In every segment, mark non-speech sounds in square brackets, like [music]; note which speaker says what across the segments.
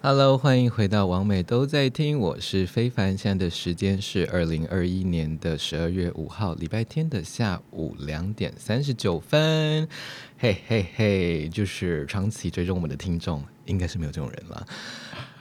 Speaker 1: Hello，欢迎回到王美都在听，我是非凡。现在的时间是二零二一年的十二月五号礼拜天的下午两点三十九分。嘿嘿嘿，就是长期追踪我们的听众，应该是没有这种人了。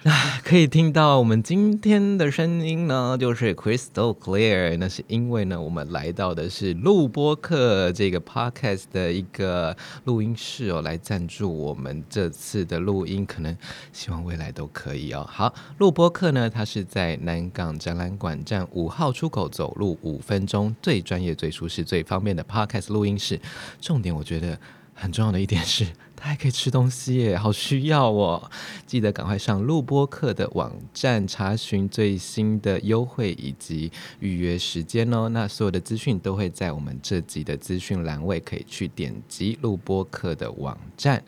Speaker 1: 啊， [laughs] 可以听到我们今天的声音呢，就是 crystal clear。那是因为呢，我们来到的是录播课这个 podcast 的一个录音室哦，来赞助我们这次的录音，可能希望未来都可以哦。好，录播课呢，它是在南港展览馆站五号出口走路五分钟，最专业、最舒适、最方便的 podcast 录音室。重点，我觉得。很重要的一点是，它还可以吃东西耶，好需要哦！记得赶快上录播课的网站查询最新的优惠以及预约时间哦。那所有的资讯都会在我们这集的资讯栏位可以去点击录播课的网站。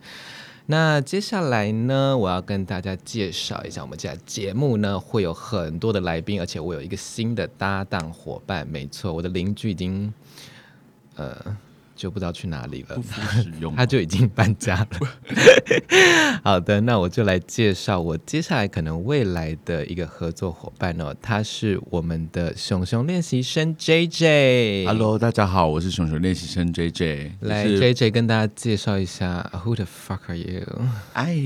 Speaker 1: 那接下来呢，我要跟大家介绍一下，我们这节目呢会有很多的来宾，而且我有一个新的搭档伙伴，没错，我的邻居已经呃。就不知道去哪里了，
Speaker 2: 使
Speaker 1: [laughs]
Speaker 2: 用
Speaker 1: 他就已经搬家了。好的，那我就来介绍我接下来可能未来的一个合作伙伴哦，他是我们的熊熊练习生 J J。
Speaker 2: Hello，大家好，我是熊熊练习生 J J。
Speaker 1: 来
Speaker 2: 就是
Speaker 1: J J 跟大家介绍一下 Who the fuck are you？
Speaker 2: 哎，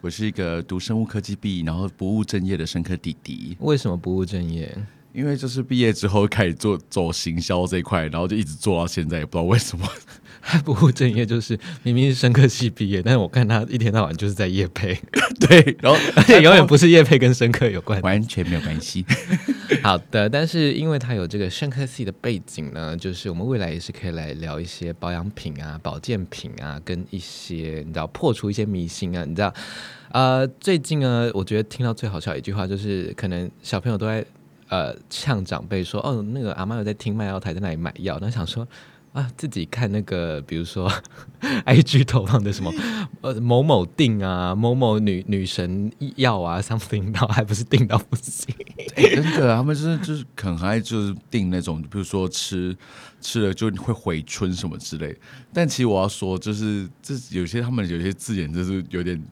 Speaker 2: 我是一个读生物科技毕，然后不务正业的生科弟弟。
Speaker 1: 为什么不务正业？
Speaker 2: 因为就是毕业之后开始做走行销这一块，然后就一直做到现在，也不知道为
Speaker 1: [laughs]
Speaker 2: 什么。
Speaker 1: 他不务正业就是明明是生科系毕业，但是我看他一天到晚就是在夜配， [laughs]
Speaker 2: 对，然后
Speaker 1: 而且永远不是夜配跟生科有关。
Speaker 2: 完全没有关系。
Speaker 1: [laughs] 好的，但是因为它有这个生科系的背景呢，就是我们未来也是可以来聊一些保养品啊、保健品啊，跟一些你知道破除一些迷信啊，你知道，呃，最近呢，我觉得听到最好笑的一句话就是，可能小朋友都在呃呛长辈说，哦，那个阿妈有在听卖药台在那里买药，那想说。啊，自己看那个，比如说 [laughs] ，I G 投放的什么，呃，某某定啊，某某女女神药啊，something，然后还不是定到不行。
Speaker 2: 哎真的，他们真的就是很爱就是订那种，比如说吃吃了就会回春什么之类。但其实我要说，就是这有些他们有些字眼，就是有点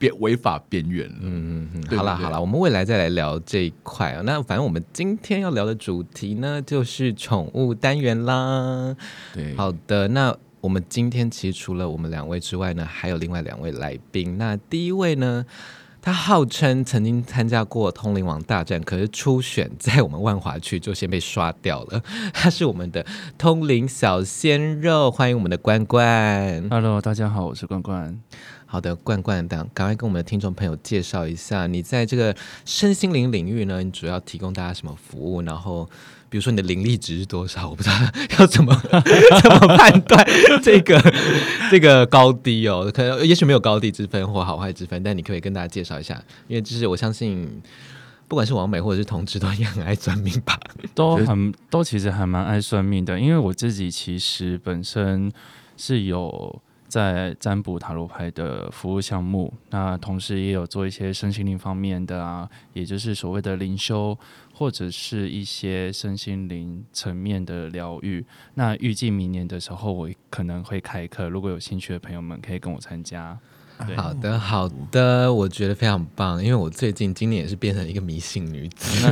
Speaker 2: 变违法边缘了。
Speaker 1: 嗯嗯，嗯，
Speaker 2: 对
Speaker 1: 好啦
Speaker 2: 对
Speaker 1: 好啦，我们未来再来聊这一块啊。那反正我们今天要聊的主题呢，就是宠物单元啦。
Speaker 2: 对，
Speaker 1: 好的，那我们今天其实除了我们两位之外呢，还有另外两位来宾。那第一位呢，他号称曾经参加过通灵王大战，可是初选在我们万华区就先被刷掉了。他是我们的通灵小鲜肉，欢迎我们的关关。
Speaker 3: Hello，大家好，我是冠冠。
Speaker 1: 好的，冠冠党，赶快跟我们的听众朋友介绍一下，你在这个身心灵领域呢，你主要提供大家什么服务？然后，比如说你的灵力值是多少？我不知道 [laughs] 要怎么怎么判断这个这个高低哦，可能也许没有高低之分或好坏之分，但你可不可以跟大家介绍一下，因为就是我相信。不管是王美或者是同志，都也很爱算命吧。
Speaker 3: 都很都其实还蛮爱算命的，因为我自己其实本身是有在占卜塔罗牌的服务项目，那同时也有做一些身心灵方面的啊，也就是所谓的灵修或者是一些身心灵层面的啊疗愈。那呃预计明年的时候，我可能会开课，如果有兴趣的朋友们可以跟我参加。对，
Speaker 1: 好的，好的，我觉得非常棒，因为我最近今年也是变成一个迷信女子。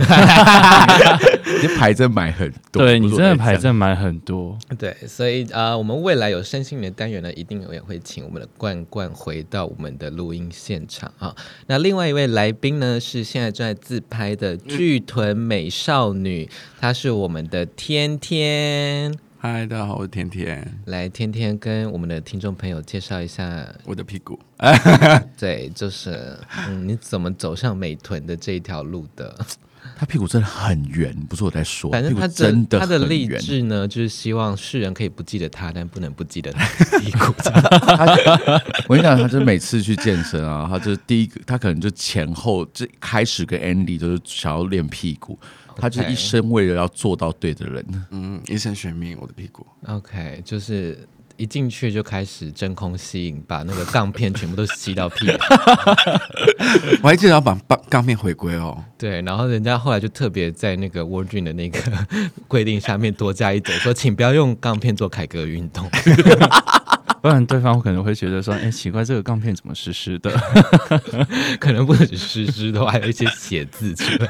Speaker 2: 你牌真买很多，
Speaker 3: 对
Speaker 2: 不
Speaker 3: 你
Speaker 2: 是
Speaker 3: 真
Speaker 2: 我在
Speaker 3: 的牌
Speaker 2: 讲
Speaker 3: 阵买很多，
Speaker 1: 对，所以呃，我们未来有身心灵的单元呢，一定也会请我们的冠冠回到我们的录音现场啊。那另外一位来宾呢，是现在正在自拍
Speaker 4: 嗯
Speaker 1: 的巨臀美少女，她是我们的天天。
Speaker 4: 嗨，大家好，我是甜甜，
Speaker 1: 来，天天跟我们的听众朋友介绍一下，
Speaker 4: 我的屁股。
Speaker 1: 对，就是嗯，你怎么走上美臀的这一条路的？
Speaker 2: 他屁股真的很圆，不是我在说，
Speaker 1: 反正
Speaker 2: 屁股
Speaker 1: 他
Speaker 2: 真的
Speaker 1: 他的
Speaker 2: 很
Speaker 1: 励
Speaker 2: 圆，
Speaker 1: 志呢，就是希望世人可以不记得他，但不能不记得他。
Speaker 2: 我跟你讲，他就是每次去健身啊，他就是第一个，他可能就前后这开始跟 Andy 都是想要练屁股，他就是一生为了要做到对的人。
Speaker 4: 嗯，一生悬命，我的屁股。 [laughs]
Speaker 1: OK，就是一进去就开始真空吸引，把那个杠片全部都吸到屁股。 [laughs]
Speaker 4: 我还记得要把棒钢片回归哦。
Speaker 1: 对，然后人家后来就特别在那个 w o r d r i n 的那个规定下面多加一点，说请不要用杠片做凯格运动。
Speaker 3: 不然对方可能会觉得说，哎、奇怪，这个杠片怎么湿湿
Speaker 1: [laughs]
Speaker 3: 的？
Speaker 1: 可能不止湿湿的话，还有一些血渍之类的。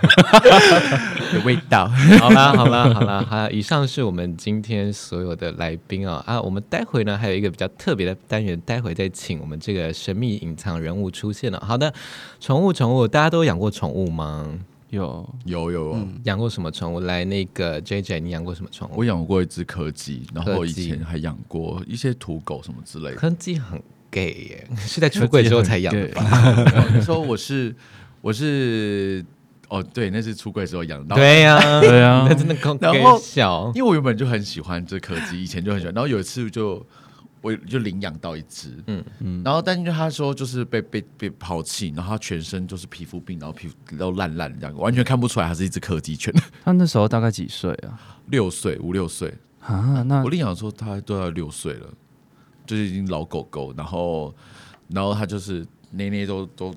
Speaker 2: [laughs] 的味道。
Speaker 1: [laughs] 好啦，好啦，好啦，好啦！以上是我们今天所有的来宾啊、啊！我们待会呢还有一个比较特别的单元，待会再请我们这个神秘隐藏人物出现了。好的，宠物，宠物，大家都养过宠物吗？
Speaker 3: [laughs] 有
Speaker 2: 有有啊，
Speaker 1: 养过什么宠物？来，那个 J J，你养过什么宠物
Speaker 2: 我？养过一只柯基，然后
Speaker 1: 柯
Speaker 2: 以
Speaker 1: 基
Speaker 2: 前还养过一些土狗什么之
Speaker 1: [laughs]
Speaker 2: 类的。
Speaker 1: 柯基很 gay 耶，是在出柜之后才养的吧？
Speaker 3: 吧？
Speaker 2: 那时候哦我是我是哦，对，那是出柜的时候养的。然后
Speaker 1: 对呀、
Speaker 3: 对啊
Speaker 1: 那真的够
Speaker 2: 然
Speaker 1: gay
Speaker 2: 后
Speaker 1: 笑。
Speaker 2: [laughs] 因为我原本就很喜欢这柯基，以前就很喜欢，然后有一次就我就领养到一只，
Speaker 1: 嗯
Speaker 2: 嗯嗯，然后但是他说就是被被被抛弃，然后他全身就是皮肤病，然后皮肤都烂烂这样，完全看不出来它是一只柯基犬， [laughs]
Speaker 3: 他那时候大概几岁啊？
Speaker 2: 六岁五六岁，
Speaker 3: 啊，那
Speaker 2: 我领养的时候它都要六岁了，就是已经老狗狗，然后然后它就是内内都都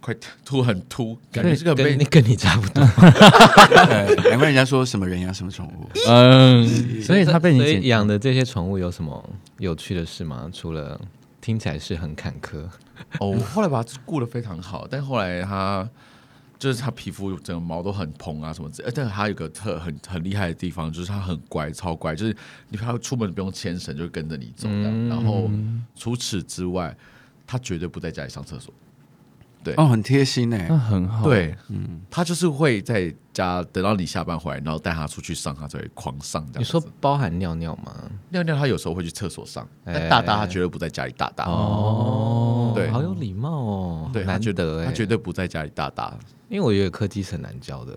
Speaker 2: 快吐很秃，感觉这个被
Speaker 1: 跟你跟你差不多，
Speaker 4: 对难怪人家说什么人养什么宠物。
Speaker 3: 嗯，所以他被你
Speaker 1: 所以
Speaker 3: 捡
Speaker 1: 养的这些宠物有什么有趣的事吗？除了听起来是很坎坷，
Speaker 2: [laughs] 哦，我后来把它顾得非常好，但后来它就是它皮肤整个毛都很蓬啊什么之类，呃但它有个特很很厉害的地方，就是它很乖，超乖，就是你它出门不用牵绳，就会跟着你走的。
Speaker 1: 嗯
Speaker 2: 然后除此之外，它绝对不在家里上厕所。
Speaker 4: 哦，很贴心哎、
Speaker 3: 那很好，，
Speaker 2: 对，嗯，它就是会在家等到你下班回来，然后带它出去上，它才会狂上这
Speaker 1: 你
Speaker 2: 样子。
Speaker 1: 说包含尿尿吗？
Speaker 2: 尿尿，它有时候会去厕所上，
Speaker 1: 哎
Speaker 2: 但大大它绝对不在家里大大。
Speaker 1: 哦
Speaker 2: 对
Speaker 1: 好有礼貌哦，
Speaker 2: 对，它
Speaker 1: 难
Speaker 2: 绝
Speaker 1: 得哎，
Speaker 2: 它绝对不在家里大大。
Speaker 1: 因为我觉得柯基是很难教的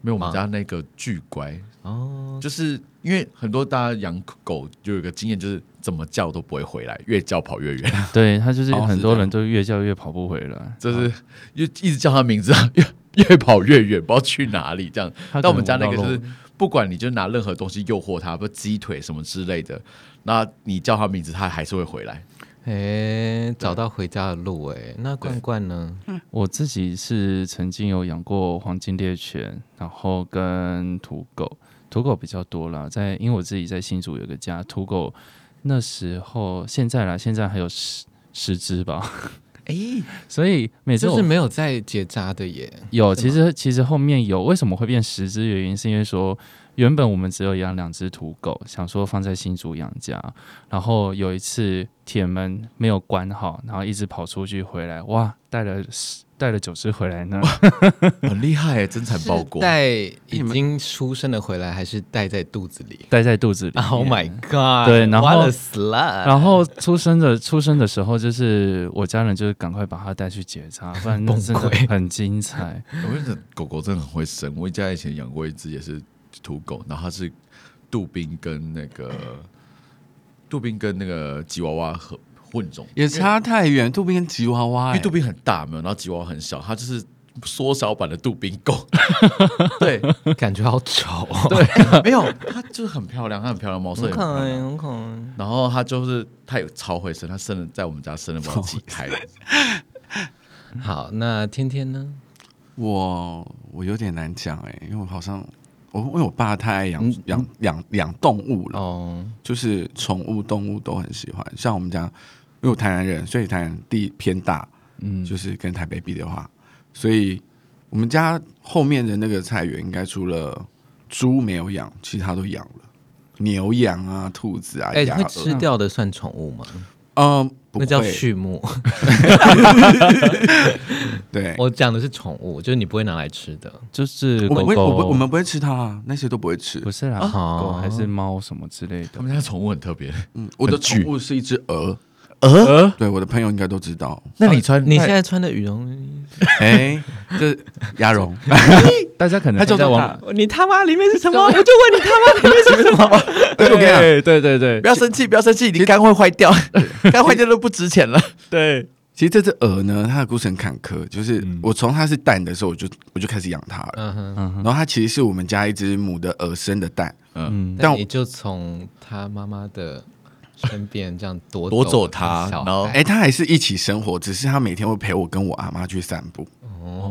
Speaker 2: 没有，我
Speaker 1: 吗
Speaker 2: 们家那个巨乖，
Speaker 1: 哦，
Speaker 2: 就是因为很多大家养狗就有一个经验，就是怎么叫都不会回来，越叫跑越远。 [laughs]
Speaker 3: 对他就是
Speaker 4: 哦
Speaker 3: 很
Speaker 4: 是
Speaker 3: 多
Speaker 4: 这
Speaker 3: 人
Speaker 4: 样
Speaker 3: 都越叫越跑不回来。
Speaker 2: 就是越一直叫它名字，啊 [laughs] 越越跑越远，不知道去哪里这样。
Speaker 3: 他可能
Speaker 2: 但我们家那个
Speaker 3: 闻到
Speaker 2: 就是
Speaker 3: 肉，
Speaker 2: 不管你就拿任何东西诱惑它，不鸡腿什么之类的，那你叫它名字，它还是会回
Speaker 3: [laughs]
Speaker 2: 来。
Speaker 1: 哎，找到回家的路哎，那罐罐呢？
Speaker 3: 我自己是曾经有养过黄金猎犬，然后跟土狗，土狗比较多啦，在因为我自己在新竹有个家，土狗那时候现在啦，现在还有十十只吧，
Speaker 1: 哎，
Speaker 3: 所以每次
Speaker 1: 就
Speaker 3: 我
Speaker 1: 是没有在结扎的 [laughs] 耶，
Speaker 3: 有，其实其实后面有为什么会变十只，原因是因为说原本我们只有养两只土狗，想说放在新竹养家，然后有一次铁门没有关好，然后一直跑出去回来，哇，带了十带了九只回来呢。
Speaker 2: 很厉害、真产报国。
Speaker 1: 带已经出生的回来，还是带在肚子里
Speaker 3: 待在肚子里
Speaker 1: [laughs]
Speaker 3: 面。
Speaker 1: ？Oh my god！
Speaker 3: 对然后
Speaker 1: What a slut！
Speaker 3: 然后出生的出生的时候，就是我家人就是赶快把它带去结
Speaker 1: [laughs]
Speaker 3: 扎，不然那真的
Speaker 1: 崩溃
Speaker 3: 很精彩。
Speaker 2: 我跟你讲，狗狗真的很会生。我家以前养过一只也是土狗，然后它是杜宾跟那个杜宾跟那个吉娃娃合混种，
Speaker 4: 也差太远，杜宾跟吉娃娃、
Speaker 2: 因
Speaker 4: 欸
Speaker 2: 为，杜宾很大嘛，然后吉娃娃很小，它就是缩小版的杜宾狗。 [laughs] 对
Speaker 1: 感觉好丑哦， [laughs]
Speaker 2: 对，没有，它就是很漂亮，它很漂亮，毛色
Speaker 1: 很
Speaker 2: 也很
Speaker 1: 可
Speaker 2: 漂
Speaker 1: 爱，
Speaker 2: 亮。
Speaker 1: 很可爱。
Speaker 2: 然后它就是它有超会生，它生了在我们家生了不知道几胎。
Speaker 1: 好，那天天呢？
Speaker 4: 我我有点难讲哎、因为我好像我因为我爸太爱
Speaker 2: 嗯
Speaker 4: 养养养养动物了，
Speaker 1: 哦，
Speaker 4: 就是宠物动物都很喜欢。像我们家，因为我台南人，所以台南地偏大，
Speaker 3: 嗯，
Speaker 4: 就是跟台北比的话，所以我们家后面的那个菜园，应该除了猪没有养，其他都养了，牛羊啊、兔子啊、
Speaker 1: 哎，
Speaker 4: 鸭
Speaker 1: 会
Speaker 4: 鹅，
Speaker 1: 吃掉的算宠物吗？
Speaker 4: 嗯，不
Speaker 1: 那叫
Speaker 4: 会，
Speaker 1: 畜牧。
Speaker 4: 对，
Speaker 1: 我讲的是宠物，就是你不会拿来吃的。
Speaker 3: 就是
Speaker 4: 我
Speaker 3: 狗
Speaker 4: 们不会，
Speaker 3: 狗，
Speaker 4: 我不我们不会吃它、啊，那些都不会吃
Speaker 3: 不。是啦，
Speaker 1: 啊
Speaker 3: 狗还是猫什么之类
Speaker 2: 他
Speaker 3: 的。
Speaker 2: 们家宠物很特别，
Speaker 4: 嗯，我的
Speaker 2: 很巨
Speaker 4: 宠物是一只鹅，嗯
Speaker 3: 呃，
Speaker 4: 对，我的朋友应该都知道。
Speaker 2: 那你穿
Speaker 1: 你现在穿的羽绒衣，
Speaker 4: 哎，这鸭绒， [laughs]
Speaker 3: 大家可能
Speaker 4: 它叫
Speaker 3: 在
Speaker 4: 做
Speaker 3: 网
Speaker 4: 它。
Speaker 1: 你他妈里面是什么？我就问你他妈里面是什么？
Speaker 4: 而且我跟你
Speaker 3: [laughs]
Speaker 4: 讲，
Speaker 3: 对对对对
Speaker 2: 不要生气，不要生气，你肝会坏掉，肝坏掉都不值钱了。
Speaker 3: 对，
Speaker 4: 其实这只鹅呢，它的故事很坎坷，就是我从它是蛋的时候，我就我就开始养它了。
Speaker 1: 嗯哼，
Speaker 3: 嗯
Speaker 4: 然
Speaker 3: 哼，
Speaker 4: 后它其实是我们家一只母的鹅生的蛋，
Speaker 3: 嗯，
Speaker 1: 但
Speaker 4: 但我
Speaker 1: 你就从他妈妈的身边这样夺
Speaker 2: 夺走
Speaker 1: 他
Speaker 2: 它
Speaker 1: 的小
Speaker 2: 然后
Speaker 1: 孩
Speaker 4: 哎、他还是一起生活，只是他每天会陪我跟我阿妈去散步，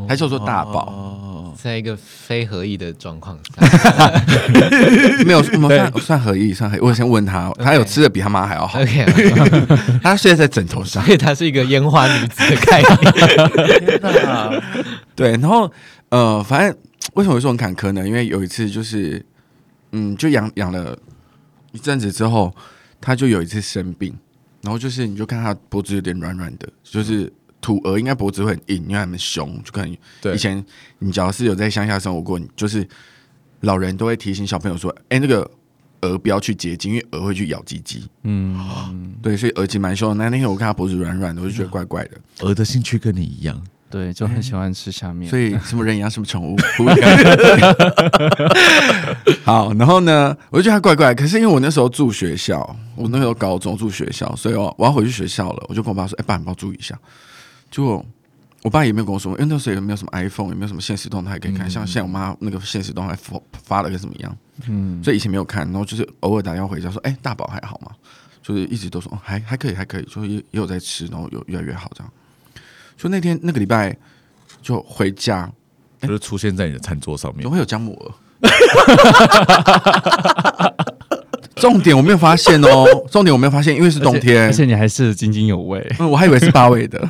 Speaker 4: 他叫做大宝。
Speaker 2: 哦，
Speaker 1: 在一个非合意的状况下， [laughs]
Speaker 4: 没有，我们算算合意，算合意。我先问他，他有吃的比他妈还要好，
Speaker 1: OK，
Speaker 4: 他睡在枕头上。
Speaker 1: 所以她是一个烟花女子的概念。 [laughs]
Speaker 4: 对，然后呃，反正为什么会说很坎坷呢？因为有一次就是，嗯，就养养了一阵子之后，他就有一次生病，然后就是你就看他脖子有点软软的，就是土呃鹅应该脖子会很硬，因为它们凶，就可能
Speaker 2: 对
Speaker 4: 以前你只要是有在乡下生活过，你就是老人都会提醒小朋友说，哎、那个鹅不要去接近，因为鹅会去咬鸡鸡。
Speaker 3: 嗯，
Speaker 4: 对，所以鹅颈蛮凶的。那那天我看他脖子软软的，我就觉得怪怪的。
Speaker 2: 鹅的兴趣跟你一样，
Speaker 3: 对，就很喜欢吃下面。
Speaker 4: 所以什么人养什么宠物，不一样。好，然后呢，我就觉得他怪怪，可是因为我那时候住学校，我那时候高中住学校，所以我我要回去学校了，我就跟我爸说：“哎、爸，你帮我注意一下。”结果我爸也没有跟我说，因为那时候也没有什么 iPhone，也没有什么现实动态可以看，像现在我妈那个现实动态发发了个怎么样，
Speaker 3: 嗯，
Speaker 4: 所以以前没有看，然后就是偶尔打电话回家说：“哎、大宝还好吗？”就是一直都说、哦、还还可以，还可以，就是也也有在吃，然后有越来越好这样。就那天那个礼拜就回家，
Speaker 2: 就是出现在你的餐桌上面
Speaker 4: 总。会有姜母
Speaker 3: [laughs]
Speaker 4: 鹅。重点我没有发现
Speaker 3: [laughs]
Speaker 4: 哦，重点我没有发现，因为是冬天
Speaker 3: 而，且你还是津津有味。
Speaker 4: 嗯我还以为是八
Speaker 3: [laughs]
Speaker 4: 尾的。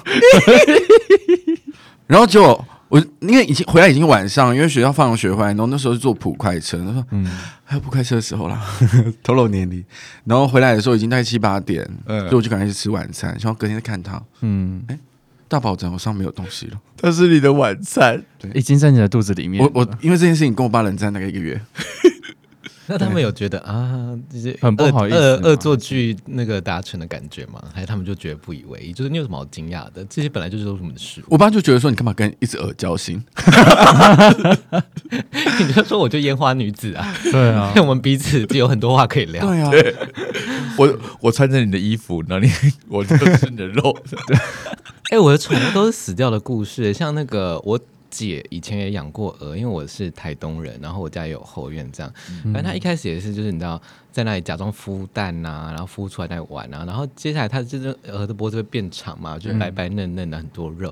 Speaker 4: 然后结果我因为已经回来已经晚上，因为学校放学回来，然后那时候是坐普快车，他说
Speaker 3: 嗯，
Speaker 4: 还有普快车的时候啦，透露年龄。然后回来的时候已经大概七八点，
Speaker 2: 嗯
Speaker 4: 所以我就赶快去吃晚餐，然后隔天再看他
Speaker 3: 嗯，
Speaker 4: 大宝枕头上没有东西了。
Speaker 2: 它是你的晚餐，
Speaker 3: 嗯已经在你的肚子里面
Speaker 4: 我
Speaker 3: 了。
Speaker 4: 我因为这件事情跟我爸冷战大概一个月，。
Speaker 1: 那他们有觉得啊，就是
Speaker 3: 很不
Speaker 1: 恶
Speaker 3: 好意思
Speaker 1: 恶
Speaker 3: 吗
Speaker 1: 恶作剧那个达成的感觉吗？还是他们就觉得不以为意？就是你有什么好惊讶的？这些本来就是都是我们的事
Speaker 4: 我爸就觉得说你干嘛跟一只鹅交心？
Speaker 1: [laughs] 你就说我就烟花女子啊，，
Speaker 3: 对啊
Speaker 1: [laughs] 我们彼此就有很多话可以聊。
Speaker 4: 对啊，
Speaker 2: 我我穿着你的衣服，然后你 [laughs] 我就吃你的肉，
Speaker 1: 哎、我的宠物都是死掉的故事，欸像那个我姐以前也养过鹅，因为我是台东人，然后我家也有后院这样。反正她一开始也是，就是你知道在那里假装孵蛋呐、然后孵出来在玩啊，然后接下来它就是鹅的脖子会变长嘛，就是白白嫩嫩的很多肉。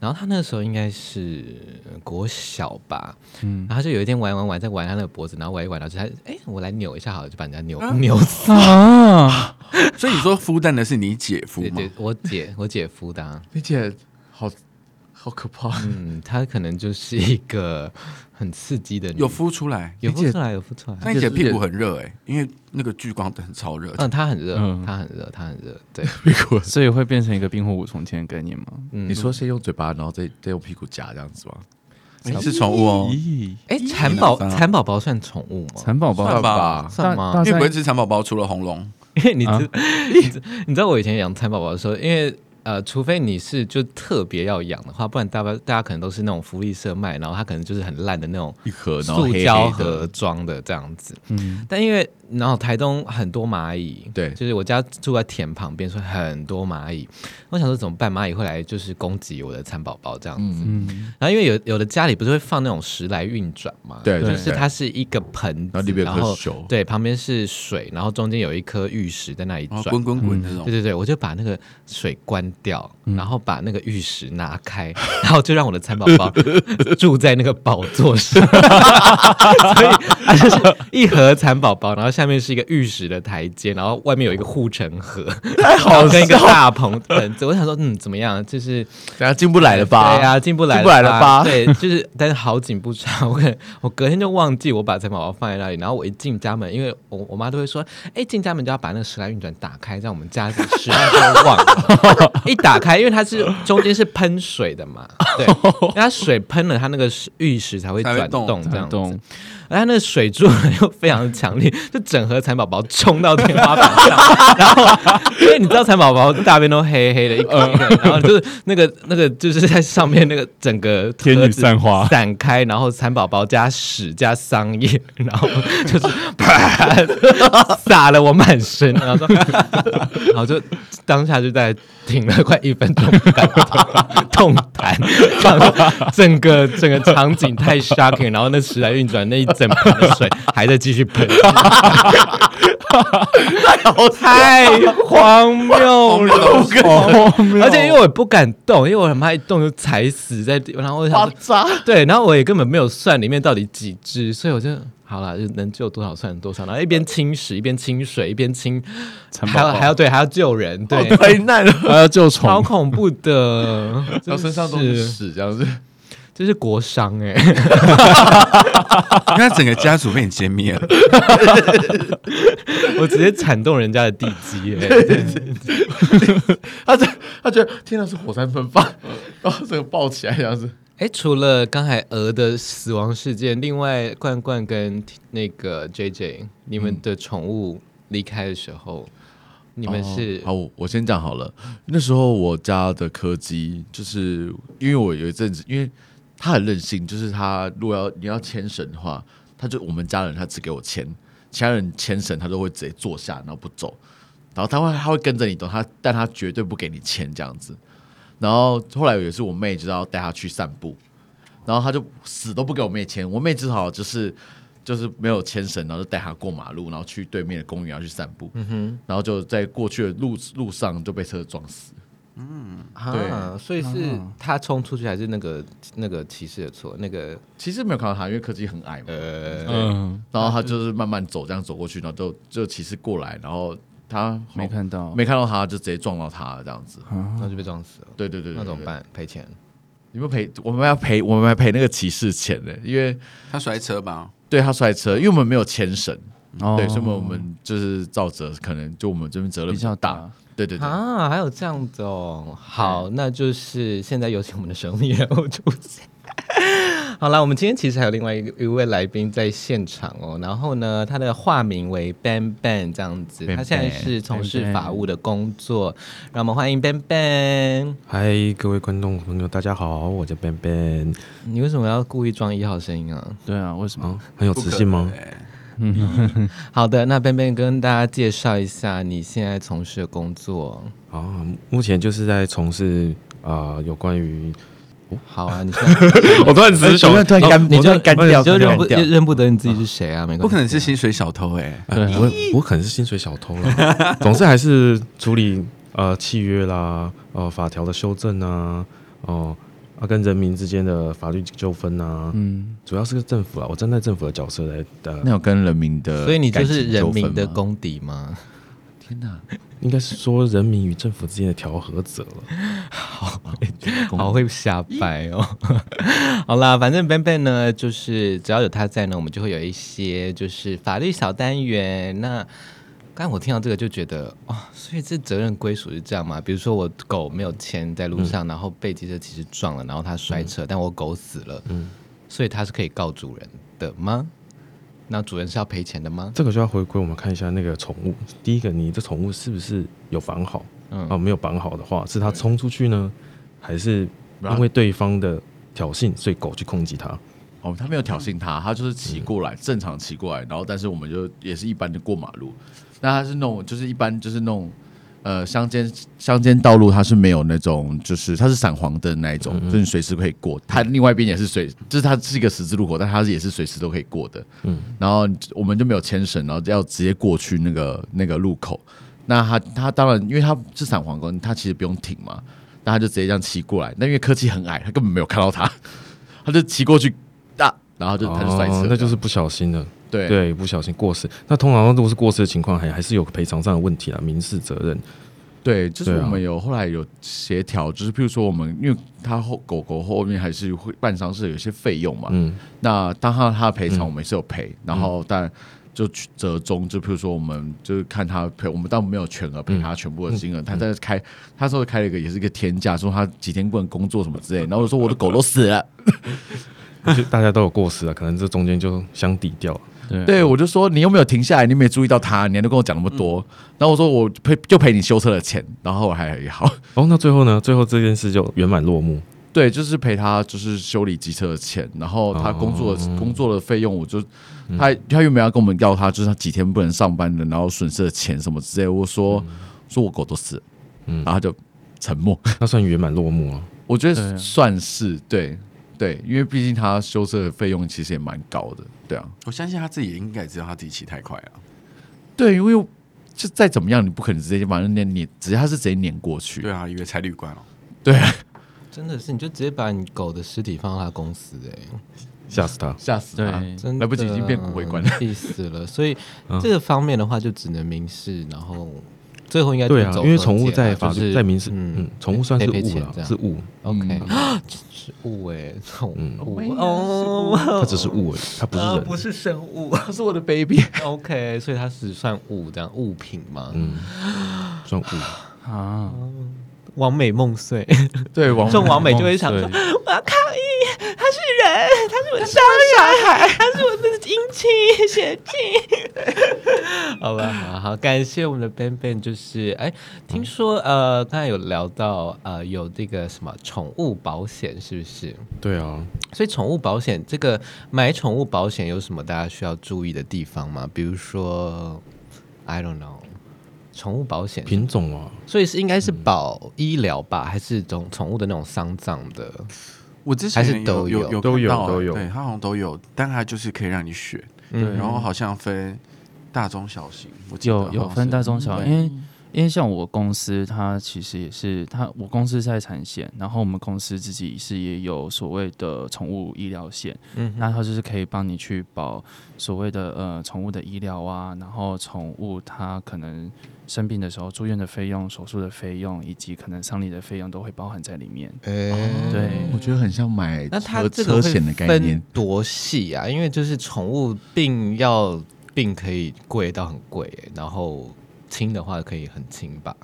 Speaker 1: 然后它那时候应该是呃国小吧，然后它就有一天玩玩玩，在玩它那个脖子，然后玩一玩，然后就它哎、我来扭一下好了，就把人家扭、扭死。
Speaker 3: 啊，
Speaker 4: 所以你说孵蛋的是你姐夫
Speaker 1: 对
Speaker 4: 吗
Speaker 1: 对？，我姐我姐孵的、啊。
Speaker 2: 你姐好好可怕。
Speaker 1: 嗯，她可能就是一个很刺激的女
Speaker 4: 有孵出来，
Speaker 1: 有
Speaker 2: 理解
Speaker 1: 孵出来，有孵出
Speaker 4: 那
Speaker 1: 来。
Speaker 4: 你姐屁股很热哎、因为那个聚光灯很超热。
Speaker 1: 嗯，她很热
Speaker 3: 嗯，
Speaker 1: 她很热，她很热。
Speaker 2: [laughs]
Speaker 1: 对，
Speaker 3: 所以会变成一个冰火五重天的概念吗？
Speaker 1: 嗯，
Speaker 2: 你说先用嘴巴，然后再再用屁股夹这样子吗？
Speaker 4: 哎是宠物哦，
Speaker 3: 咦，
Speaker 1: 哎，蚕宝
Speaker 4: 你呢
Speaker 1: 蚕宝宝算宠物吗？
Speaker 3: 蚕宝宝
Speaker 4: 算吧
Speaker 2: 吧，
Speaker 1: 算
Speaker 3: 大
Speaker 1: 吗
Speaker 3: 大？
Speaker 4: 因为不会吃蚕宝宝，除了红龙，
Speaker 1: 因为你
Speaker 3: 啊
Speaker 1: 知，你知 [laughs] 你知道我以前养蚕宝宝的时候，因为呃，除非你是就特别要养的话，不然大家大家可能都是那种福利社卖，然后它可能就是很烂的那种
Speaker 2: 一盒，呃然后
Speaker 1: 塑
Speaker 2: 黑
Speaker 1: 胶
Speaker 2: 黑
Speaker 1: 盒
Speaker 2: 的，
Speaker 1: 装的这样子。
Speaker 3: 嗯，
Speaker 1: 但因为然后台东很多蚂蚁，
Speaker 2: 对
Speaker 1: 就是我家住在田旁边，所以很多蚂蚁。我想说怎么办？蚂蚁会来就是攻击我的蚕宝宝这样子。
Speaker 3: 嗯
Speaker 1: 然后因为有有的家里不是会放那种时来运转嘛，
Speaker 2: 对
Speaker 1: 就
Speaker 2: 对
Speaker 1: 是
Speaker 2: 对
Speaker 1: 它是一个盆
Speaker 2: 然后
Speaker 1: 子，
Speaker 2: 里面有
Speaker 1: 然
Speaker 2: 颗
Speaker 1: 后
Speaker 2: 球
Speaker 1: 对，旁边是水，然后中间有一颗玉石在那里
Speaker 4: 然
Speaker 1: 转
Speaker 4: 后。滚滚滚那
Speaker 1: 对
Speaker 4: [laughs] 种。
Speaker 1: 对对，我就把那个水关掉，然后把那个玉石拿开， [laughs] 然后就让我的蚕宝 [laughs] 宝住在那个宝座 [laughs] 上，所以它就是一盒蚕宝宝，然后下面是一个玉石的台阶，然后外面有一个护城河，太好跟一个大棚盆子。我想说，嗯，怎么样？就是
Speaker 2: 大家进不来了吧？
Speaker 1: 对呀、进不来
Speaker 2: 进不来了吧
Speaker 1: 对，就是， [laughs] 但是好景不长，我可能我隔天就忘记我把蚕宝宝放在那里，然后我一进家门，因为我我妈都会说，哎，进家门就要把那个时来运转打开，让我们家的时来都忘了。一打开，因为它是中间是喷水的
Speaker 2: [laughs]
Speaker 1: 嘛，对，因为它水喷了，它那个玉石才会
Speaker 4: 才会
Speaker 1: 转
Speaker 4: 动
Speaker 1: 动这
Speaker 2: [laughs]
Speaker 1: 样子。
Speaker 3: 感动，
Speaker 1: 而它那个水柱呢又非常强烈，就整盒蚕宝宝冲到天花板上，然后因为你知道蚕宝宝大便都黑黑的一颗一颗，然后就是那个那个就是在上面那个整个
Speaker 3: 天
Speaker 1: 盒
Speaker 3: 女
Speaker 1: 子
Speaker 3: 散花
Speaker 1: 散开，然后蚕宝宝加屎加桑叶，然后就是啪撒了我满身， [laughs] 然后说，然后就当下就在停了快一分钟，痛弹，然后整个整个场景太 shocking，然后那时来运转那一整盆的水还在继续喷，太荒谬了，
Speaker 3: 荒谬
Speaker 1: 而且因为我也不敢动，因为我很怕一动就踩死在地，然后我想
Speaker 2: 渣。
Speaker 1: 对，然后我也根本没有算里面到底几只，所以我就好了，就能救多少算多少，然后一边清屎，一边清水，一边清，
Speaker 3: 蚕
Speaker 1: 还
Speaker 3: 宝宝
Speaker 1: 要还要对，还要救人，对，
Speaker 2: 灾难了，
Speaker 3: 哦还要救
Speaker 1: 超
Speaker 3: 虫，
Speaker 1: 恐怖的，
Speaker 3: [laughs]
Speaker 2: 然后身上都
Speaker 1: 真的
Speaker 2: 是
Speaker 1: 是，
Speaker 2: 屎，这样子。
Speaker 1: 这是国殇哎、 [laughs]
Speaker 4: 你看整个家族被你歼灭了，
Speaker 1: 我直接铲动人家的地基哎、欸，
Speaker 2: 他这他觉得天哪是火山喷发，然后整个爆起来这样子。
Speaker 1: 哎，除了刚才鹅的死亡事件，另外罐罐跟那个 J J，你们的宠物离开的时候，你们是、
Speaker 2: 好，我我先讲好了。那时候我家的柯基，就是因为我有一阵子，因为它很任性，就是它如果要你要牵绳的话，它就我们家人他只给我牵，其他人牵绳他都会直接坐下，然后不走，然后他会他会跟着你走，他但他绝对不给你牵这样子。然后后来有一次我妹就要带他去散步，然后他就死都不给我妹牵，我妹只好就是。就是没有牵绳，然后就带他过马路，然后去对面的公园要去散步。然后就在过去的路路上就被车撞死。
Speaker 1: 啊，所以是他冲出去还是那个那个骑士的错？那个
Speaker 2: 其实没有看到他，因为柯基很矮嘛。
Speaker 1: 呃，
Speaker 3: 嗯，
Speaker 2: 然后他就是慢慢走，这样走过去，然后就就骑士过来，然后他好
Speaker 3: 没看到，
Speaker 2: 没看到他，就直接撞到他这样子。
Speaker 1: 然后就被撞死了，
Speaker 2: 对对对对，
Speaker 1: 那怎么
Speaker 2: 对？
Speaker 1: 办？赔钱？
Speaker 2: 你们赔我们要赔我们要赔那个骑士钱呢，因为
Speaker 4: 他摔车吧？
Speaker 2: 对他摔车，因为我们没有牵绳，
Speaker 3: 哦
Speaker 2: 对，所以我们就是造责，可能就我们这边责任
Speaker 3: 比
Speaker 2: 比较
Speaker 3: 较
Speaker 2: 大。
Speaker 3: 大，
Speaker 2: 对对对，
Speaker 1: 啊，还有这样子哦。好，那就是现在有请我们的神秘人物出现。 [laughs] 好啦，我们今天其实还有另外一个一位来宾在现场哦。然后呢，他的化名为 Ben Ben 这样子，
Speaker 2: Ben
Speaker 1: 他现在
Speaker 2: Ben
Speaker 1: 是从事
Speaker 3: Ben Ben
Speaker 1: 法务的工作。让我们欢迎 Ben Ben。
Speaker 5: 嗨，各位观众朋友，大家好，我叫 Ben Ben
Speaker 1: 你为什么要故意装一号声音啊？
Speaker 3: 对啊，为什么？
Speaker 5: 啊，很有
Speaker 4: 不
Speaker 5: 磁
Speaker 4: 可
Speaker 5: 性吗
Speaker 4: 能？欸
Speaker 1: 好的，那 Ben Ben 跟大家介绍一下你现在从事的工作。
Speaker 5: 啊，目前就是在从事啊、呃有关于
Speaker 1: 好啊，你现 [laughs] 在
Speaker 2: 我突然只是想，哎突然干，
Speaker 1: 你
Speaker 2: 我突
Speaker 1: 就
Speaker 2: 然干掉，
Speaker 1: 你就
Speaker 2: 突然
Speaker 1: 认不
Speaker 2: 干掉
Speaker 1: 认不得你自己是谁啊？没关系，
Speaker 4: 不可能是薪水小偷哎，
Speaker 5: 呃我我可能是薪水小偷啦， [laughs] 总是还是处理呃契约啦，呃法条的修正啊，哦、啊跟人民之间的法律纠纷啊，
Speaker 3: 嗯，
Speaker 5: 主要是个政府啊啦，我站在政府的角色来
Speaker 2: 那
Speaker 5: 呃，
Speaker 2: 有跟人民的，
Speaker 1: 所以你就是人民的。公敌吗？
Speaker 2: 天哪，
Speaker 5: 应该是说人民与政府之间的调和者了。
Speaker 1: [laughs] 好会瞎掰哦。 [laughs] 好啦，反正 Ben Ben 呢，就是只要有他在呢，我们就会有一些就是法律小单元。那刚才我听到这个就觉得哇、所以这责任归属是这样吗？比如说我狗没有牵在路
Speaker 5: 嗯
Speaker 1: 上，然后被机车骑士撞了，然后它摔车，但我狗死了，
Speaker 5: 嗯
Speaker 1: 所以它是可以告主人的吗？那主人是要赔钱的吗？
Speaker 5: 这个就要回归我们看一下那个宠物，第一个你的宠物是不是有绑好？
Speaker 1: 嗯，
Speaker 5: 哦，没有绑好的话，是它冲出去呢，
Speaker 2: 嗯
Speaker 5: 还是
Speaker 2: 然后
Speaker 5: 因为对方的挑衅，所以狗去攻击它？
Speaker 2: 哦，他没有挑衅他，他就是骑过来，正常骑过来，然后但是我们就也是一般的过马路，那他是那种就是一般就是那种呃乡间乡间道路，它是没有那种就是它是闪黄灯那一
Speaker 5: 嗯
Speaker 2: 种，就是你随时可以过。它另外一边也是随，就是它是一个十字路口，但它也是随时都可以过的。嗯，然后我们就没有牵绳，然后要直接过去那个那个路口。那他他当然，因为他是闪黄灯，他其实不用停嘛，那他就直接这样骑过来。那因为科技很矮，他根本没有看到他，他就骑过去，啊，然后就他就摔车、
Speaker 5: 哦，那就是不小心的，
Speaker 2: 对
Speaker 5: 对，不小心过失。那通常如果是过失的情况，还还是有赔偿上的问题啦，民事责任。
Speaker 2: 对，就是
Speaker 5: 对啊
Speaker 2: 我们有后来有协调，就是譬如说我们，因为它后狗狗后面还是会办丧事有一些费用嘛，
Speaker 5: 嗯，
Speaker 2: 那当然它的赔偿我们也是有赔，然后但就去折中，就譬如说我们就是看它赔，我们当然没有全额赔它全部的金额，它在开，嗯他说开了一个也是一个天价，说他几天不能工作什么之类，然后我说我的狗都死了，
Speaker 5: 就大家都有过失啊， [laughs] 可能这中间就相抵掉了。
Speaker 3: 对，
Speaker 2: 对我就说你又没有停下来，你没有注意到它，你还能跟我讲那么多，然后我说我赔就赔你修车的钱，然后还还好。
Speaker 5: 哦，那最后呢？最后这件事就圆满落幕。
Speaker 2: 对，就是赔他就是修理机车的钱，然后他工作的、工作的费用，我就他他又没有要跟我们要他，就是他几天不能上班的，然后损失的钱什么之类的。我说、说我狗都死了，然后他就沉默。 [laughs]
Speaker 5: 那算圆满落幕了。
Speaker 2: 我觉
Speaker 3: 对啊
Speaker 2: 得算是对对，因为毕竟他修车的费用其实也蛮高的，对啊。
Speaker 4: 我相信他自己也应该知道他自己骑太快了。
Speaker 2: 对，因为就再怎么样，你不可能直接把那念撵，只是他是直接撵过去。
Speaker 4: 对啊，以为才旅馆哦。
Speaker 1: 真的是，你就直接把你狗的尸体放到他公司哎、
Speaker 5: 吓死他。
Speaker 2: 吓死他！
Speaker 3: 对
Speaker 1: 真的
Speaker 2: 来不及已经变骨灰罐了，
Speaker 1: 气死了。所
Speaker 5: [laughs]
Speaker 1: 以
Speaker 5: 嗯
Speaker 1: 这个方面的话，就只能民事，然后最后应该就
Speaker 5: 对啊
Speaker 1: 走，
Speaker 5: 因为
Speaker 1: 和
Speaker 5: 宠物
Speaker 1: 解
Speaker 5: 在
Speaker 1: 嘛
Speaker 5: 法
Speaker 1: 就是
Speaker 5: 律在民事，
Speaker 1: 嗯
Speaker 5: 嗯，宠物算是
Speaker 1: 赔赔
Speaker 5: 物
Speaker 1: 钱
Speaker 5: 了
Speaker 1: 这，样
Speaker 5: 是物，
Speaker 1: OK，是啊物哎，宠物哦，
Speaker 5: 嗯
Speaker 1: 啊
Speaker 5: 它只是物而已，它不是人。
Speaker 1: 是生物。 [laughs]
Speaker 2: 他是我的 baby。
Speaker 1: OK，所以它是算物这样物品嘛？
Speaker 5: 嗯，算物。
Speaker 3: 啊，
Speaker 1: 完美梦碎，
Speaker 2: 对，王
Speaker 1: 这种完美就会想说
Speaker 3: 对：
Speaker 1: 我要抗议，他是人，他是我的小孩，他是我的亲戚血亲。 [laughs] 好吧，好好，感谢我们的 Ben Ben，就是哎，听说呃，刚才有聊到呃，有这个什么宠物保险，是不是？
Speaker 5: 对啊，
Speaker 1: 所以宠物保险这个买宠物保险有什么大家需要注意的地方吗？比如说，I don't know，宠物保险，嗯
Speaker 5: 品种啊，
Speaker 1: 所以是应该是保医疗吧，还是种宠物的那种丧葬的？
Speaker 4: 我之前
Speaker 1: 还是都
Speaker 4: 有
Speaker 1: 有
Speaker 4: 有
Speaker 5: 都有
Speaker 4: 看到
Speaker 5: 都
Speaker 4: 欸
Speaker 5: 有
Speaker 4: 对，它好像都有，但它就是可以让你选，
Speaker 1: 嗯
Speaker 4: 然后好像分大中小型，我记得
Speaker 1: 哦
Speaker 3: 有有
Speaker 4: 好像
Speaker 3: 分
Speaker 4: 是
Speaker 3: 大中小，
Speaker 1: 嗯
Speaker 4: 对
Speaker 3: 因为因为像我公司，它其实也是它我公司是在产险，然后我们公司自己是也有所谓的宠物医疗险，
Speaker 1: 嗯
Speaker 3: 那它就是可以帮你去保所谓的呃宠物的医疗啊，然后宠物它可能生病的时候住院的费用、手术的费用以及可能丧礼的费用都会包含在里面。
Speaker 1: 哎、
Speaker 3: 对，
Speaker 2: 我觉得很像买
Speaker 1: 那它
Speaker 2: 车
Speaker 1: 这个
Speaker 2: 车
Speaker 1: 会
Speaker 2: 险的概念
Speaker 1: 分，多细啊？因为就是宠物病要病可以贵到很贵、然后轻的话可以很轻吧？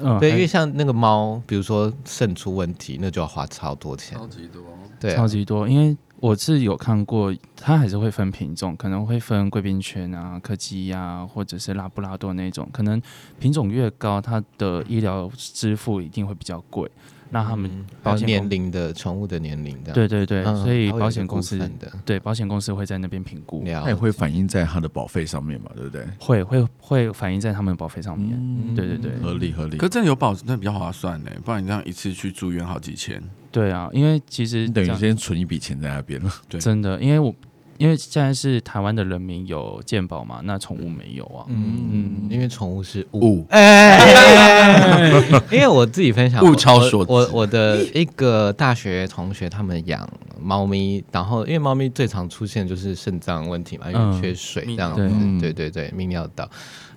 Speaker 3: 嗯，
Speaker 1: 对，因
Speaker 3: 还
Speaker 1: 为像那个猫，比如说肾出问题，那就要花超多钱。
Speaker 4: 超级多，
Speaker 1: 对啊、
Speaker 3: 哦超级多，因为我是有看过，它还是会分品种，可能会分贵宾犬啊、柯基呀、或者是拉布拉多那种，可能品种越高，它的医疗支付一定会比较贵。那他们
Speaker 1: 嗯还
Speaker 3: 保
Speaker 1: 有
Speaker 3: 险
Speaker 1: 年
Speaker 3: 公
Speaker 1: 龄的宠物的年龄的，
Speaker 3: 对对对，
Speaker 1: 嗯，
Speaker 3: 所以
Speaker 1: 它会有
Speaker 3: 保
Speaker 1: 一
Speaker 3: 险
Speaker 1: 个
Speaker 3: 公
Speaker 1: 部
Speaker 3: 司嗯
Speaker 1: 分的
Speaker 3: 对保险公司会在那边评估，
Speaker 1: 了
Speaker 2: 它也会反映在它的保费上面嘛，对不对？
Speaker 3: 会会会反映在他们的保费上面。
Speaker 1: 嗯
Speaker 3: 对对对
Speaker 2: 合理合理
Speaker 4: 可。真的有保真的比较划算呢，不然你这样一次去住院好几千，
Speaker 3: 对啊，因为其实
Speaker 2: 你等于
Speaker 3: 这样
Speaker 2: 先存一笔钱在那边了，
Speaker 1: [laughs]
Speaker 4: 对
Speaker 3: 真的，因为我因为现在是台湾的人民有健保嘛，那宠物没有啊。
Speaker 1: 嗯，因为宠物是物。
Speaker 2: 哦哎
Speaker 4: 物
Speaker 1: 哎，因为我自己分享，
Speaker 4: 物
Speaker 1: 我
Speaker 4: 超所值
Speaker 1: 我我我的一个大学同学，他们养猫咪，然后因为猫咪最常出现就是肾脏问题嘛，因为
Speaker 3: 嗯
Speaker 1: 缺水这样子，
Speaker 2: 嗯
Speaker 1: 对对对，泌尿道。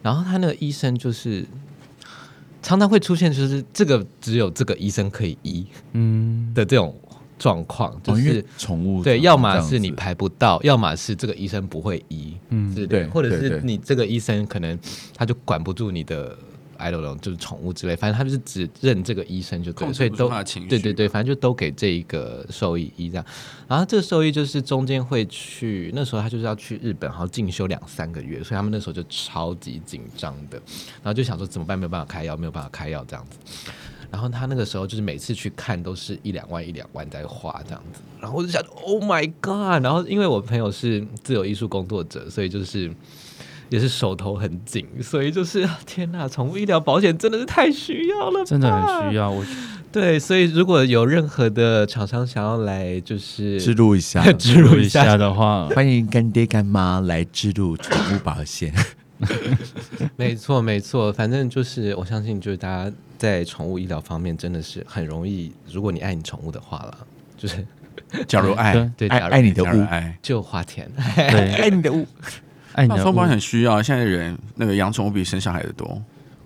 Speaker 1: 然后他那个医生就是常常会出现，就是这个只有这个医生可以医
Speaker 3: 嗯，
Speaker 1: 的这种状况，就
Speaker 2: 哦因
Speaker 1: 是、
Speaker 2: 为宠物
Speaker 1: 对，
Speaker 2: 常常
Speaker 1: 要么
Speaker 2: 这样
Speaker 1: 是你
Speaker 2: 子 [laughs]
Speaker 1: 排不到，要么是这个医生不会医，嗯，
Speaker 3: 嗯
Speaker 1: 之类
Speaker 2: 对
Speaker 1: 的，或者
Speaker 2: 对
Speaker 1: 是
Speaker 2: 对
Speaker 1: 你这个医生可能他就管不住你的，I don't know，就是宠物之类，反正他就是只认这个医生就对
Speaker 4: 控
Speaker 1: 了，
Speaker 4: 制
Speaker 1: 所以
Speaker 4: 不
Speaker 1: 都
Speaker 4: 住他的情绪
Speaker 1: 对对对，反正就都给这一个兽医医这样。然后这个兽医就是中间会去，那时候他就是要去日本，然后进修两三个月，所以他们那时候就超级紧张的，然后就想说怎么办，没有办法开药，没有办法开药这样子。然后他那个时候就是每次去看都是一两万一两万在花这样子，然后我就想，Oh my god！然后因为我朋友是自由艺术工作者，所以就是也是手头很紧，所以就是啊天呐，宠物医疗保险真的是太需要了，
Speaker 3: 真的很需
Speaker 1: 要。
Speaker 3: 要。我
Speaker 1: 对，所以如果有任何的厂商想要来 [laughs] 就是
Speaker 2: 植入一下，
Speaker 1: 植
Speaker 3: 如
Speaker 1: 入
Speaker 3: 果一
Speaker 1: 一
Speaker 3: 下
Speaker 1: 下，
Speaker 3: 的 [laughs] 话，
Speaker 2: [laughs] 欢迎干爹干妈来植入宠物保
Speaker 1: [laughs]
Speaker 2: 险。
Speaker 1: 没错没错，反正就是我相信就是大家在宠物医疗方面真的是很容易，如果你爱你宠物的话啦，就是
Speaker 4: 假如爱，
Speaker 1: 对，
Speaker 2: 爱
Speaker 1: 假如
Speaker 2: 爱你的
Speaker 4: 假如
Speaker 2: 物，
Speaker 4: 爱。
Speaker 1: 就花钱。
Speaker 2: [laughs]
Speaker 3: 对，爱你的物，哎爱你
Speaker 4: 那
Speaker 3: 的
Speaker 4: 双
Speaker 3: 物
Speaker 4: 保。很需要，现在人那个养宠物比生小孩的多，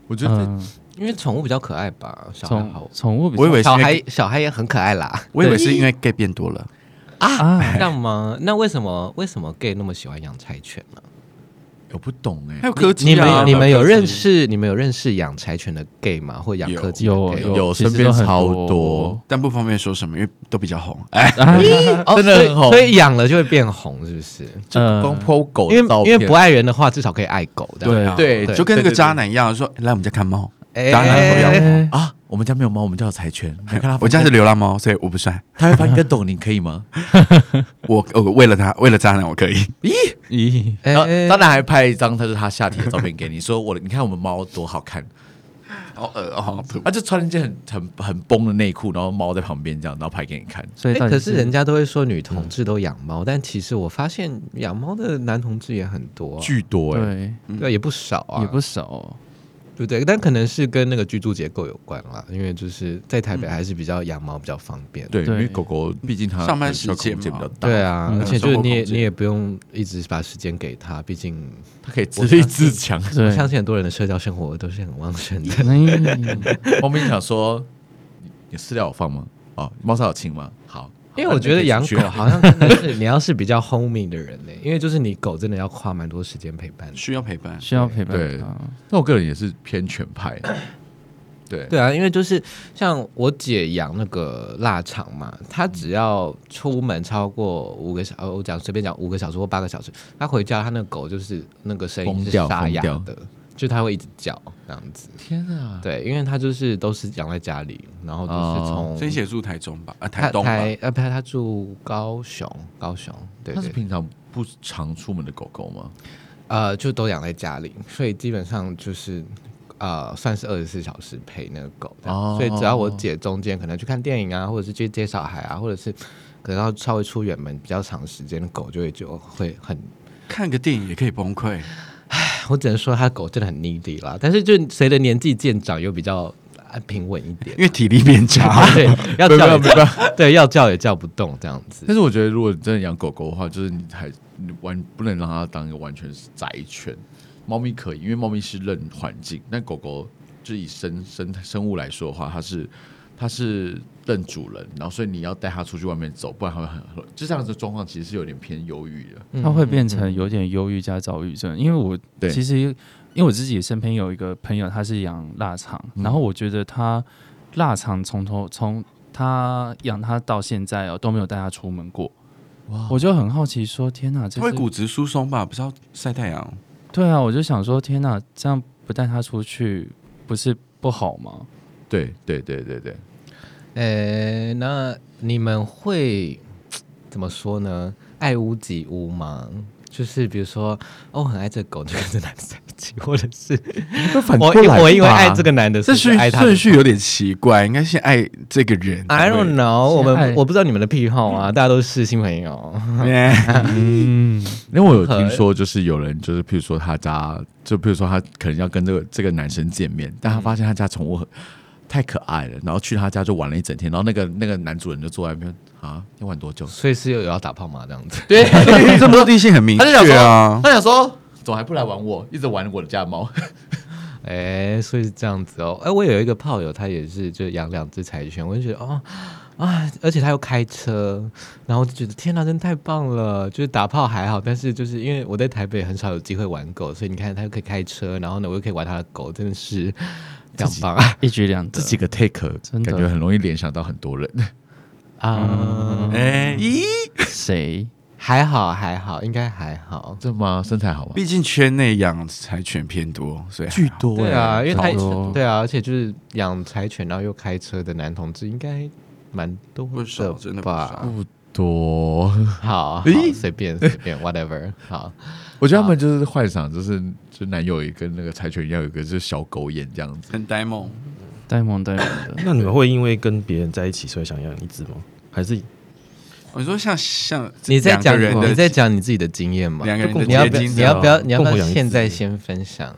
Speaker 2: 我觉得
Speaker 3: 嗯，
Speaker 1: 因为宠物比较可爱吧，小孩好
Speaker 3: 宠，宠物比较，
Speaker 4: 我以为是
Speaker 1: 小
Speaker 4: 因为
Speaker 1: 孩小孩也很可爱啦，
Speaker 4: 我以为是因为 gay 变多了，
Speaker 1: 啊，这样吗？那为什么为什么 gay 那么喜欢养柴犬呢？
Speaker 2: 我不懂哎
Speaker 4: 还，有柯
Speaker 1: 你
Speaker 4: 基啊，
Speaker 1: 们你们有认识你们有认识养柴犬的 gay 吗？或养
Speaker 4: 有
Speaker 1: 柯基的
Speaker 3: [laughs] 有哦
Speaker 1: gay？
Speaker 2: 有
Speaker 3: 其实
Speaker 2: 身边
Speaker 3: 都很
Speaker 2: 超
Speaker 3: 多
Speaker 2: 多，
Speaker 4: 但不方便说什么，因为都比较红。哎，
Speaker 1: 哦
Speaker 2: 啊真的
Speaker 1: 所以
Speaker 2: 很红
Speaker 1: 所以养了就会变红，是不是？
Speaker 2: 就光
Speaker 3: 嗯，
Speaker 2: po 狗的
Speaker 1: 因为
Speaker 2: 照
Speaker 1: 因为
Speaker 2: 片
Speaker 1: 不爱人的话，至少可以爱狗的。
Speaker 3: 对
Speaker 4: 啊
Speaker 2: 对
Speaker 1: 对
Speaker 4: 就跟那个
Speaker 2: 对对
Speaker 4: 渣男一样，说哎来我们家看猫，
Speaker 1: 哎，
Speaker 4: 当然不要
Speaker 3: 呃
Speaker 1: 哎
Speaker 2: 啊，我们家没有猫，我们家有柴
Speaker 1: [laughs]
Speaker 2: 犬。你看它，
Speaker 4: 我家是流浪猫，所以我不帅。
Speaker 2: 它会翻跟斗，你可以吗？
Speaker 4: 我我为了他，为了渣男，我可以。
Speaker 3: 咦，
Speaker 2: 然后
Speaker 1: 哎
Speaker 2: 当然还拍一张，它是它下体的照片给你，说我的，你看我们猫多好看。
Speaker 4: 好恶哦，好吐。
Speaker 2: 他就穿了一件很很很崩的内裤，然后猫在旁边这样，然后拍给你看。
Speaker 3: 所以
Speaker 1: 哎
Speaker 3: 到底
Speaker 1: 可是人家都会说女同志都养猫，但其实我发现养猫的男同志也很多啊，
Speaker 2: 巨多哎、
Speaker 3: [laughs] 对
Speaker 1: 对，也不少啊，
Speaker 3: 也不少哦，
Speaker 1: 对不对？但可能是跟那个居住结构有关啦，因为就是在台北还是比较养猫比较方便。
Speaker 2: 对，因为
Speaker 3: 对
Speaker 2: 狗狗毕竟它
Speaker 4: 上班
Speaker 2: 的
Speaker 4: 时
Speaker 2: 小
Speaker 4: 间
Speaker 2: 空间
Speaker 4: 嘛
Speaker 2: 比较大，
Speaker 1: 对啊，
Speaker 3: 嗯
Speaker 1: 而且就是你也
Speaker 4: 生活空间
Speaker 1: 你也不用一直把时间给他，毕竟
Speaker 2: 它可以自立自强。
Speaker 1: 我
Speaker 3: 对，
Speaker 1: 相信很多人的社交生活都是很旺盛的。
Speaker 4: [laughs]
Speaker 3: 嗯
Speaker 2: 猫咪想说，你你饲料有放吗？哦，猫砂有清吗？好，
Speaker 1: 因为我觉得养狗
Speaker 2: 好
Speaker 1: 好像真的是你要是比较 homing 的人呢、因为就是你狗真的要花蛮多时间陪伴的。
Speaker 4: 需要陪伴，
Speaker 3: 需要陪伴
Speaker 2: 对
Speaker 3: 他，
Speaker 2: 那我个人也是偏犬派，对，
Speaker 1: 对啊，因为就是像我姐养那个腊肠嘛，她只要出门超过五个小，呃我讲随便讲五个小时或八个小时，她回家她那狗就是那个声音
Speaker 2: 疯
Speaker 1: 是
Speaker 2: 掉
Speaker 1: 沙哑
Speaker 2: 疯
Speaker 1: 的，就它会一直叫这样子。
Speaker 2: 天啊，
Speaker 1: 对，因为它就是都是养在家里，然后就是从、
Speaker 4: 所以你写住台中吧，啊，嗯台
Speaker 1: 她
Speaker 4: 东吧，
Speaker 1: 台呃不，她住高雄，高雄对
Speaker 2: 它是
Speaker 1: 对
Speaker 2: 平常不常出门的狗狗吗？
Speaker 1: 呃，就都养在家里，所以基本上就是呃，算是二十四小时陪那个狗这样。
Speaker 2: 哦
Speaker 1: 所以只要我姐中间可能去看电影啊，或者是去接小孩啊，或者是可能要稍微出远门比较长时间，狗就会就会很，
Speaker 4: 看个电影也可以崩 [laughs] 溃。
Speaker 1: 我只能说它狗真的很 needy 啦。但是就随着年纪渐长，又比较啊平稳一点
Speaker 4: [laughs] 因。为体力变 [laughs] 差。
Speaker 1: 对，要叫也叫，对，要叫也叫不动这样子。
Speaker 2: 但是我觉得，如果你真的养狗狗的话，就是你还你完不能让它当一个完全是宅犬。猫咪可以，因为猫咪是认环境，但狗狗就以生生生物来说的话，它是它是认主人，然后所以你要带它出去外面走，不然它会很就这样子的状况，其实是有点偏忧郁的。
Speaker 1: 嗯
Speaker 3: 他会变成有点忧郁加躁郁症。因为我
Speaker 2: 对
Speaker 3: 其实因为我自己身边有一个朋友，他是养腊肠，然
Speaker 4: 嗯
Speaker 3: 后我觉得他腊肠从头从他养他到现在哦都没有带他出门过。我就很好奇说，天哪，这
Speaker 4: 它会
Speaker 3: 是
Speaker 4: 骨质疏松吧？不是要晒太阳？
Speaker 3: 对啊，我就想说，天哪，这样不带他出去不是不好吗？
Speaker 2: 对对对对对，
Speaker 1: 呃，那你们会怎么说呢？爱屋及乌吗？就是比如说，哦，我很爱这狗，就跟这男的在一起，或者是
Speaker 2: 那反
Speaker 1: 我我因为爱这个男的，
Speaker 4: 这
Speaker 1: 是
Speaker 4: 顺
Speaker 1: 爱他的
Speaker 4: 顺。序有点奇怪，应该先爱这个人。
Speaker 1: I don't know，我
Speaker 3: 爱
Speaker 1: 们我不知道你们的癖好啊，大家都是新朋友。
Speaker 4: [laughs] know，
Speaker 3: 嗯，
Speaker 2: 因为我有听说，就是有人就是，譬如说他家，就譬如说他可能要跟这个这个男生见面，但他发现他家宠物很太可爱了，然后去他家就玩了一整天，然后那个那个男主人就坐在那边啊，要玩多久？
Speaker 1: 所以是有有要打炮吗？这样子？
Speaker 2: 对，
Speaker 4: 这目的性很明
Speaker 2: 他就想
Speaker 4: 确
Speaker 2: 说，
Speaker 4: 啊。
Speaker 2: 他想说，怎么还不来玩我？一直玩我的家的猫。
Speaker 1: 哎，所以是这样子哦。哎，我有一个炮友，他也是就养两只柴犬，我就觉得哦啊，而且他又开车，然后我就觉得天哪，真的太棒了！就是打炮还好，但是就是因为我在台北很少有机会玩狗，所以你看他又可以开车，然后呢我又可以玩他的狗，真的是非常棒啊！
Speaker 3: 一举两
Speaker 2: [laughs]
Speaker 3: 得
Speaker 2: 这。几个 take
Speaker 3: 真的
Speaker 2: 感觉很容易联想到很多人。 [laughs]
Speaker 1: 啊
Speaker 4: 哎，咦，
Speaker 3: 谁？
Speaker 1: 还好还好，应该还好。
Speaker 2: 真的吗？身材好吗？
Speaker 4: 毕竟圈内养柴犬偏多，所
Speaker 2: [laughs]
Speaker 4: 以
Speaker 2: 巨多欸
Speaker 1: 对啊，因为他
Speaker 3: 差不多
Speaker 1: 对啊，而且就是养柴犬然后又开车的男同志应该蛮多
Speaker 4: 不少真的不
Speaker 1: 吧
Speaker 4: 少？
Speaker 2: 不多。
Speaker 1: 好，好
Speaker 2: 咦
Speaker 1: 随便随便 whatever，好。
Speaker 2: 我觉得他们就是幻想，就是就男友也跟那个柴犬一样，有一个就是小狗眼这样子。
Speaker 4: 很呆萌。
Speaker 3: 呆萌呆萌的，
Speaker 5: 那你们会因为跟别人在一起，所以想养一只吗？还是
Speaker 4: 我说像像
Speaker 1: 你在
Speaker 4: 两
Speaker 1: 讲
Speaker 4: 个人的，
Speaker 1: 你在讲你自己的经验嘛？
Speaker 4: 两个人的
Speaker 1: 你要
Speaker 4: 结
Speaker 1: 不要
Speaker 4: 晶
Speaker 1: 你要不要你要不
Speaker 5: 共
Speaker 1: 要
Speaker 5: 同养一
Speaker 1: 现在
Speaker 5: 只
Speaker 1: 先分享？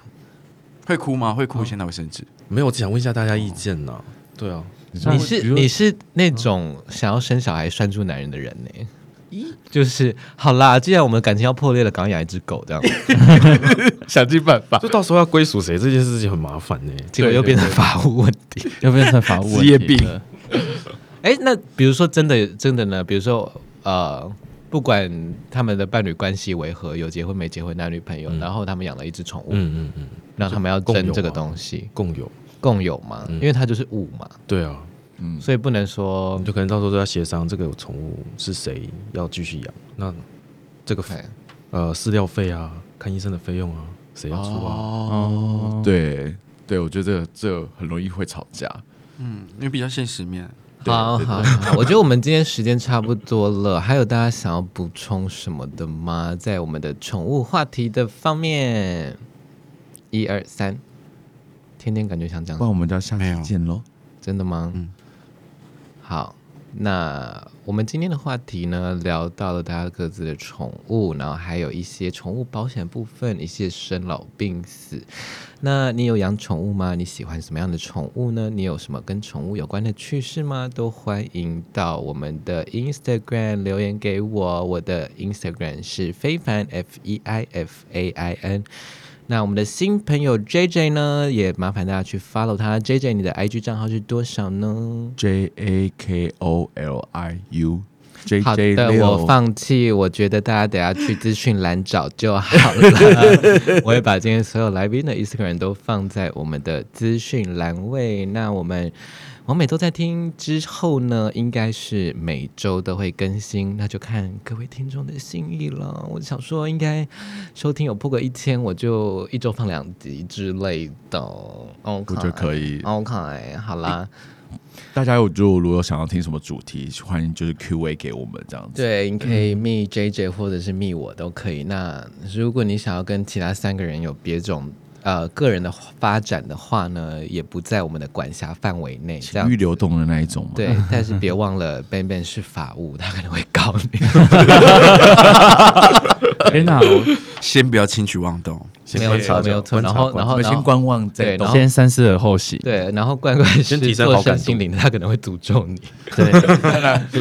Speaker 4: 会哭吗？会哭，现在会生气。
Speaker 5: 没有？我只想问一下大家意见呐、对啊，
Speaker 1: 你是你是那种想要生小孩拴住男人的人呢、就是好啦，既然我们感情要破裂了，赶快养一只狗这样，
Speaker 2: 想尽办法
Speaker 5: 就到时候要归属谁这件事情很麻烦呢、
Speaker 1: 结果又变成法务问题。
Speaker 3: 又变成法务
Speaker 4: 职业
Speaker 3: 问题
Speaker 4: 病
Speaker 3: 了。
Speaker 1: 哎、那比如说真的真的呢？比如说呃，不管他们的伴侣关系为何，有结婚没结婚，男女朋友，然后他们养了一只宠物，
Speaker 5: [laughs] 嗯嗯嗯，
Speaker 1: 然后他们要
Speaker 5: 共有啊
Speaker 1: 争这个
Speaker 5: 嘛
Speaker 1: 东西，
Speaker 5: 共有。
Speaker 1: 共有嘛，
Speaker 2: 嗯
Speaker 1: 因为它就是物嘛，
Speaker 5: 对啊，
Speaker 1: 所以不能说
Speaker 5: 我们就可能到时候都要协商这个宠物是谁要继续养，那这个
Speaker 1: OK
Speaker 5: 呃饲料费啊、看医生的费用啊，谁要出啊？
Speaker 2: 哦，对对，我觉得这个这个很容易会吵架。
Speaker 4: 嗯，因为比较现实面。
Speaker 2: 对啊
Speaker 1: 好
Speaker 2: 对
Speaker 1: 好，好我觉得我们今天时间差不多了，还有大家想要补充什么的吗？在我们的宠物话题的方面，一二三，天天感觉想讲
Speaker 2: 不然我们就要下
Speaker 4: 没有
Speaker 2: 期见喽。
Speaker 1: 真的吗？
Speaker 4: 嗯，
Speaker 1: 好，那我们今天的话题呢，聊到了大家各自的宠物，然后还有一些宠物保险部分，一些生老病死。那你有养宠物吗？你喜欢什么样的宠物呢？你有什么跟宠物有关的趣事吗？都欢迎到我们的 Instagram 留言给我，我的 Instagram 是非凡 F E I F A I N。那我们的新朋友 J J 呢，也麻烦大家去 follow 他。J J，你的 IG 账号是多少呢？
Speaker 2: J A K O L I U J
Speaker 1: 好
Speaker 2: J
Speaker 1: 的，我
Speaker 2: 六，
Speaker 1: 放弃。我觉得大家等下去资讯栏找就好
Speaker 2: [laughs]
Speaker 1: 了。我会把今天所有来宾的 Instagram 都放在我们的资讯栏位。那我们王美都在听之后呢，应该是每周都会更新，那就看各位听众的心意了。我想说，应该收听有破个一千，我就一周放两集之类的。OK，
Speaker 2: 我觉得可以。
Speaker 1: OK，好啦。
Speaker 2: 大家有就如果有想要听什么主题，欢迎就是 Q A 给我们这样子。
Speaker 1: 对，你可以密 JJ 或者是密我都可以。那如果你想要跟其他三个人有别种呃个人的发展的话呢，也不在我们的管辖范围内。这
Speaker 2: 情
Speaker 1: 样
Speaker 2: 欲流动的那一种嘛。
Speaker 1: 对，但是别忘了 Ben Ben 是法务，他可能会告你。
Speaker 3: 哎，那我
Speaker 4: 先不要轻举妄动。
Speaker 1: 没有错，没有错。然后，然后，
Speaker 2: 我们
Speaker 1: 然
Speaker 2: 先
Speaker 1: 后。
Speaker 2: 观望再
Speaker 1: 对然
Speaker 2: 动
Speaker 1: 后。
Speaker 3: 先三思而后行，
Speaker 1: 对，然后怪怪是
Speaker 5: 先提升
Speaker 1: 做
Speaker 5: 好感
Speaker 1: 身心灵的，他可能会诅咒你。
Speaker 2: [laughs] 小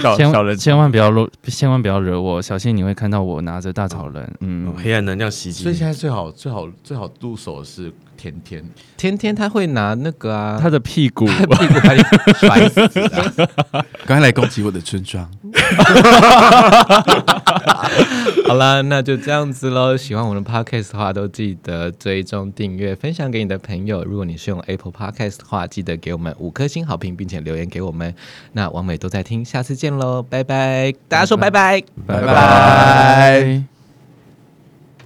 Speaker 2: 小
Speaker 3: 千
Speaker 2: 人
Speaker 3: 千万不要落，千万不要惹我，小心你会看到我拿着大草人，嗯，
Speaker 5: 哦黑暗能量袭击
Speaker 2: 所以现
Speaker 5: 你。
Speaker 2: 在最好最好最好入手的是甜甜，
Speaker 1: 天天他会拿那个啊，
Speaker 3: 他的屁股，
Speaker 1: 屁股把你甩死啊！
Speaker 4: 刚才来攻击我的村庄，
Speaker 1: 好啦，那就这样子喽。喜欢我们的 podcast 的话，都记得追踪、订阅、分享给你的朋友。如果你是用 Apple Podcast 的话，记得给我们五颗星好评，并且留言给我们。那王美都在听，下次见喽，拜拜！大家说拜拜。
Speaker 3: 拜拜